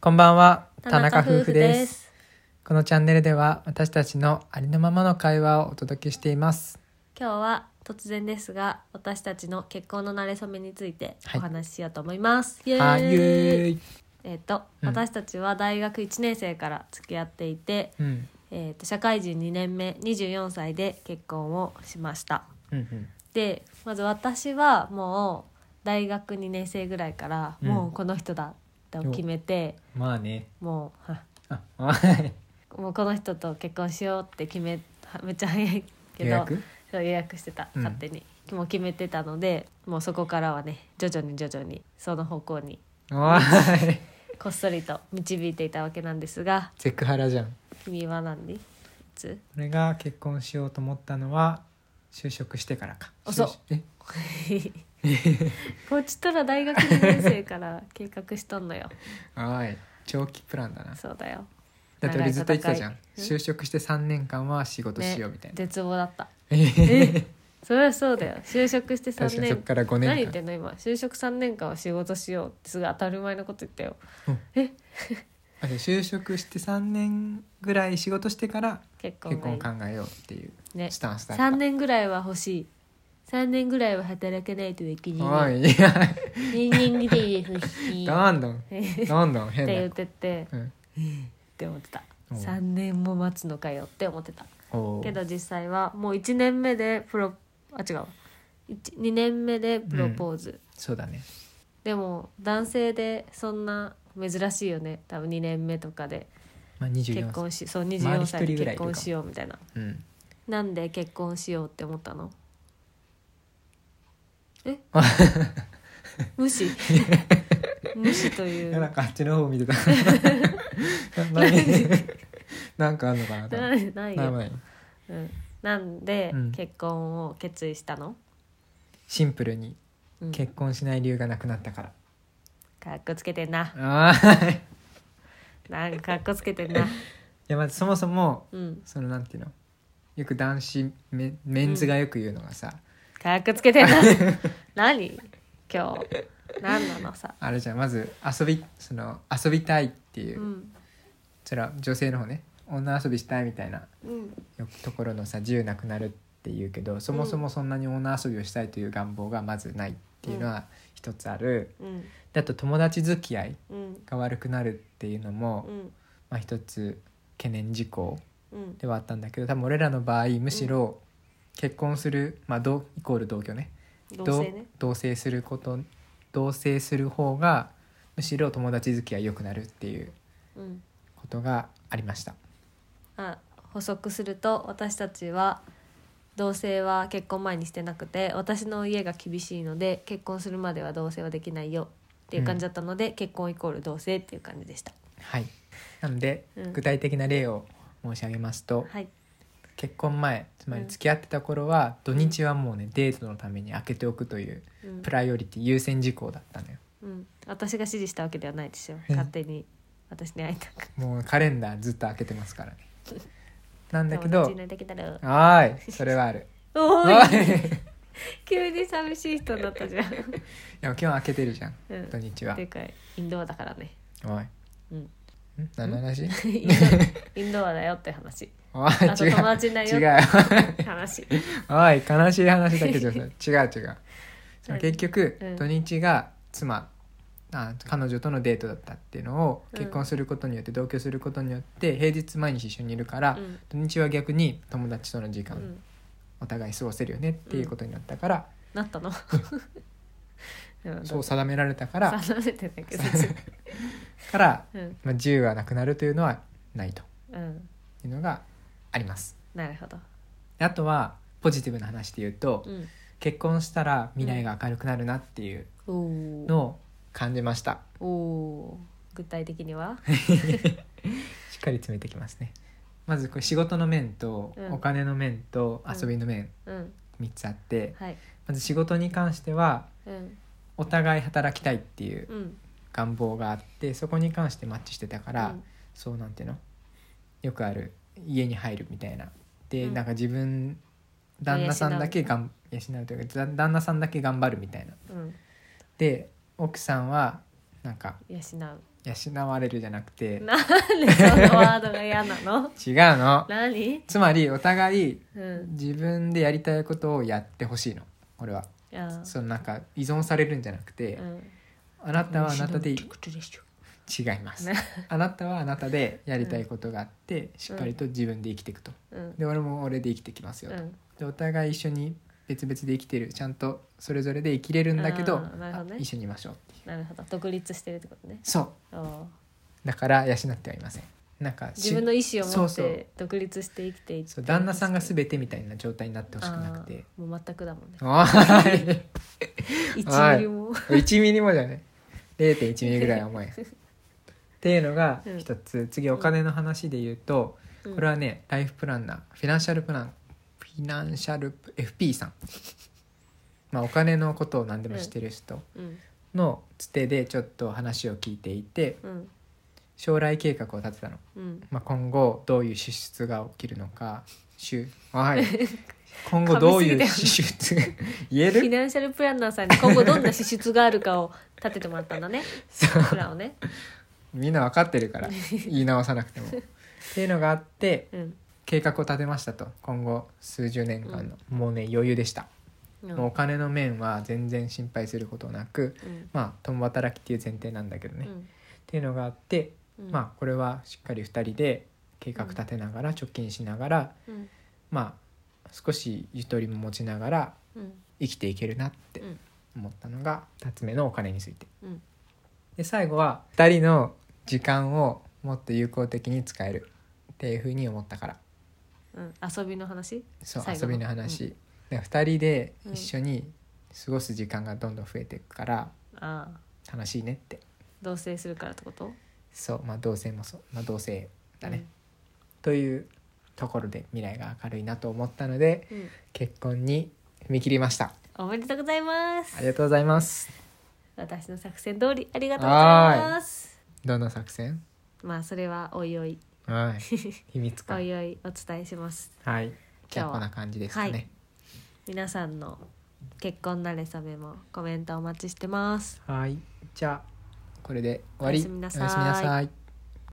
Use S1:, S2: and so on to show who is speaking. S1: こんばんは、田中
S2: 田中
S1: 夫婦
S2: 夫婦
S1: です。
S2: です
S1: このチャンネルでは私たちのありのままの会話をお届けしています。
S2: 今日は突然ですが私たちの結婚の馴れ初めについて
S1: はい
S2: お話ししようと思います、イエ
S1: は
S2: ーイ
S1: い、イエーイ
S2: えっ、と、
S1: うん
S2: 私たちは大学1年生から付き合っていて、
S1: うん、
S2: えー、と社会人2年目24歳で結婚をしました
S1: うん、うん。
S2: でまず私はもう大学2年生ぐらいから
S1: うん
S2: もうこの人だと決めて、
S1: まあね。
S2: もうは
S1: あ、はい。
S2: もうこの人と結婚しようって決めはめっちゃ早い け
S1: 予
S2: ど
S1: 約
S2: そう予約してた
S1: うん
S2: 勝手に、もう決めてたのでもうそこからはね徐々に徐々にその方向に
S1: わー い。
S2: こっそりと導いていたわけなんですが
S1: セクハラじゃん。
S2: 君は何い つ
S1: 俺が結婚しようと思ったのは就職してからか。
S2: 遅っ
S1: 就職え、
S2: こっちとら大学2年生から 計画しとんのよ
S1: はい。長期プランだな。
S2: そうだよ
S1: だって俺ずっと言ってたじゃん。
S2: 長い
S1: 就職して3年間は仕事
S2: ね
S1: しようみたいな。
S2: 絶望 だった
S1: え
S2: それはそうだよ就職して
S1: 確か
S2: 3
S1: にそっ
S2: 年
S1: から5
S2: 何言
S1: 年
S2: って
S1: 間。
S2: んの今就職3年間は仕事しようってすごい当たり前のこと言ったよ
S1: あじゃあ就職して3年ぐらい仕事してから
S2: 結婚
S1: 結
S2: がい
S1: 婚
S2: い
S1: 考えようっていう
S2: ね
S1: スタンスだった。
S2: 3年ぐらいは欲しい3年ぐらいは働けないといけ
S1: お
S2: ない
S1: いいや
S2: 人間ぐらいで欲しい
S1: どんどん
S2: って
S1: どんどん変
S2: 言っ
S1: な、
S2: てて
S1: うん、
S2: って思ってた
S1: うん
S2: 3年も待つのかよって思ってた
S1: お
S2: け
S1: ー
S2: ど実際はもう1年目でプロあ違う2年目でプロポーズ、
S1: そうだね
S2: でも男性でそんな珍しいよね多分2年目とかで
S1: まあ24
S2: 結
S1: 歳
S2: 婚しそう
S1: 人
S2: 24歳で
S1: ぐらいいるかも
S2: 結婚しようみたいな
S1: うん
S2: なんで結婚しようって思ったの え無視無視とい
S1: いやなん
S2: う
S1: かあっちの方見てた何 なんかあんのかなと思っ
S2: な
S1: て
S2: ない
S1: なんも
S2: よ、
S1: ない
S2: うん、なんで
S1: うん
S2: 結婚を決意したの、
S1: シンプルに
S2: うん、
S1: 結婚しない理由がなくなったから、
S2: かっこつけてんな
S1: あー い
S2: なんかかっこつけてんな
S1: やまずそもそも
S2: うん
S1: そのなんていうのよく男子メメンズがよく言うのがさ、
S2: かっこつけ てんな何今日何なのさ
S1: あれじゃんまず遊びその遊びたいっていうう、
S2: ん
S1: それは女性の方ね女遊びしたいみたいな
S2: うん
S1: よくところのさ自由なくなるっていうけどそもそもそんなに女遊びをしたいという願望がまずないっていうのは一つある、
S2: うん
S1: であと友達付き合い
S2: うん
S1: が悪くなるっていうのも、
S2: うん
S1: まあ、一つ懸念事項
S2: うん
S1: ではあったんだけど多分俺らの場合むしろ結婚する、まあ、同イコール同居ね
S2: 同性ね
S1: 同同棲すること同棲する方がむしろ友達付き合い良くなるっていう
S2: うん
S1: ことがありました。
S2: あ補足すると私たちは同棲は結婚前にしてなくて私の家が厳しいので結婚するまでは同棲はできないよっていう感じだったので、結婚イコール同棲っていう感じでした
S1: はい、なので、
S2: うん
S1: 具体的な例を申し上げますと、
S2: はい
S1: 結婚前つまり
S2: うん
S1: 付き合ってた頃は、土日はもうねデートのために開けておくという
S2: うん
S1: プ、ライオリティ優先事項だったのよ
S2: うん、私が指示したわけではないですよ
S1: うん
S2: 勝手に私に会いたく
S1: もうカレンダーずっと開けてますからねなんだけ
S2: 友達
S1: ど
S2: になりたけたら
S1: はーいそれはある
S2: お
S1: は
S2: ーい
S1: ーいい
S2: 急に寂しい人になったじゃん、
S1: や今日開けてるじゃん
S2: うん、
S1: 土日は
S2: ていうかインドアだか らね、
S1: おい
S2: うん、
S1: ん何の話
S2: インドインドアだよって話
S1: おい
S2: あと
S1: 違う
S2: 友達いないよ
S1: 違う
S2: 話
S1: おい悲しい話だけ ど違う違う
S2: 何
S1: 結局、
S2: うん
S1: 土日が妻あ彼女とのデートだったっていうのを
S2: うん
S1: 結婚することによって同居することによって平日毎日一緒にいるから、
S2: うん
S1: 土日は逆に友達との時
S2: う
S1: 間
S2: ん
S1: お互い過ごせるよねっていうことになったから、
S2: なったの うん
S1: そう定められたか
S2: だ
S1: ら
S2: 定めてないけど
S1: から、
S2: うん
S1: まあ、自由はなくなるというのはないと
S2: うん
S1: いうのがあります。
S2: なるほど
S1: あとはポジティブな話で言うと、
S2: うん
S1: 結婚したら未来が明るくなるなっていう
S2: おー
S1: のを感じました。
S2: おー具体的には
S1: しっかり詰めてきますねまずこれ仕事の面と
S2: うん
S1: お金の面と
S2: うん
S1: 遊びの面
S2: うん
S1: 3つあって、
S2: はい
S1: まず仕事に関しては
S2: うん
S1: お互い働きたいっていう
S2: うん
S1: 願望があってそこに関してマッチしてたから、
S2: うん
S1: そうなんていうのよくある家に入るみたいなで、
S2: うん
S1: なんか自分旦那さんだけがん養うというかだ旦那さんだけ頑張るみたいな
S2: うん
S1: で奥さんはなんか
S2: 養う
S1: 養われるじゃなくて
S2: なんでそのワードが嫌なの
S1: 違うの
S2: 何
S1: つまりお互い
S2: うん
S1: 自分でやりたいことをやってほしいの俺はい
S2: や
S1: そのなんか依存されるんじゃなくて、
S2: うん
S1: あなたはあなたで違い
S2: ことでしょ
S1: ます、
S2: ね
S1: あなたはあなたでやりたいことがあって、しっかりと自分で生きていくと
S2: うん
S1: で俺も俺で生きてきますよ
S2: う
S1: と、
S2: ん
S1: でお互い一緒に別々で生きてるちゃんとそれぞれで生きれるんだけど
S2: あーなるほどね
S1: あ一緒にいましょうっていう
S2: なるほど独立してるってことね
S1: そう
S2: あ
S1: だから養ってはいませんなんかし
S2: 自分の意思を
S1: そ
S2: 持
S1: う
S2: っ
S1: そう
S2: て独立して生きていって
S1: そう旦那さんが全てみたいな状態になってほしくなくて
S2: あーもう全くだもんね
S1: おーい
S2: 1ミリも
S1: 1ミリもじゃね0.1ミリぐらい重いっていうのが一つ、次お金の話で言うと、これはねライフプランナーフィナンシャルプランフィナンシャルプ FP さんまあお金のことを何でも知ってる人
S2: うん
S1: のつてでちょっと話を聞いていて
S2: うん
S1: 将来計画を立てたの、
S2: うん
S1: まあ、今後どういう支出が起きるのか収はい 今後どういう支出言え
S2: フィ
S1: る
S2: ナンシャルプランナーさんに今後どんな支出があるかを立ててもらったんだね
S1: そう
S2: プランをね
S1: みんな分かってるから言い直さなくても。っていうのがあって
S2: うん、
S1: 計画を立てましたと今後数十年間の、もうね余裕でした、
S2: うん
S1: もうお金の面は全然心配することなく
S2: うん
S1: まあ共働きっていう前提なんだけどね、
S2: う
S1: っ
S2: ん
S1: ていうのがあって、
S2: うん
S1: まあこれはしっかり2人で計画立てながら貯金しながら、
S2: うん
S1: まあ少しゆとりも持ちながら
S2: うん
S1: 生きていけるなって
S2: うん
S1: 思ったのが2つ目のお金について。
S2: うん
S1: で最後は2人の時間をもっと有効的に使えるっていうふうに思ったから
S2: うん遊びの話
S1: そう
S2: 最後
S1: 遊びの話、で2人で
S2: うん
S1: 一緒に過ごす時間がどんどん増えていくから
S2: ああ
S1: 楽しいねって
S2: 同棲するからってこと
S1: そうまあ同性もそう、まあ、同性だね、というところで未来が明るいなと思ったので
S2: うんうん
S1: 結婚に踏み切りました
S2: おめでとうございま
S1: あ
S2: す
S1: りがとうございます
S2: 私の作戦通りありがとうございます
S1: どんな作戦
S2: まあそれはおいおい
S1: はい秘密
S2: お
S1: か
S2: いおいお伝えします
S1: はいじゃ
S2: 今日
S1: あ
S2: は
S1: こんな感じですかね、
S2: はい皆さんの結婚慣れ初めもコメントお待ちしてます
S1: はい、じゃあこれで終わり。
S2: おやすみなさい
S1: おやすみなさい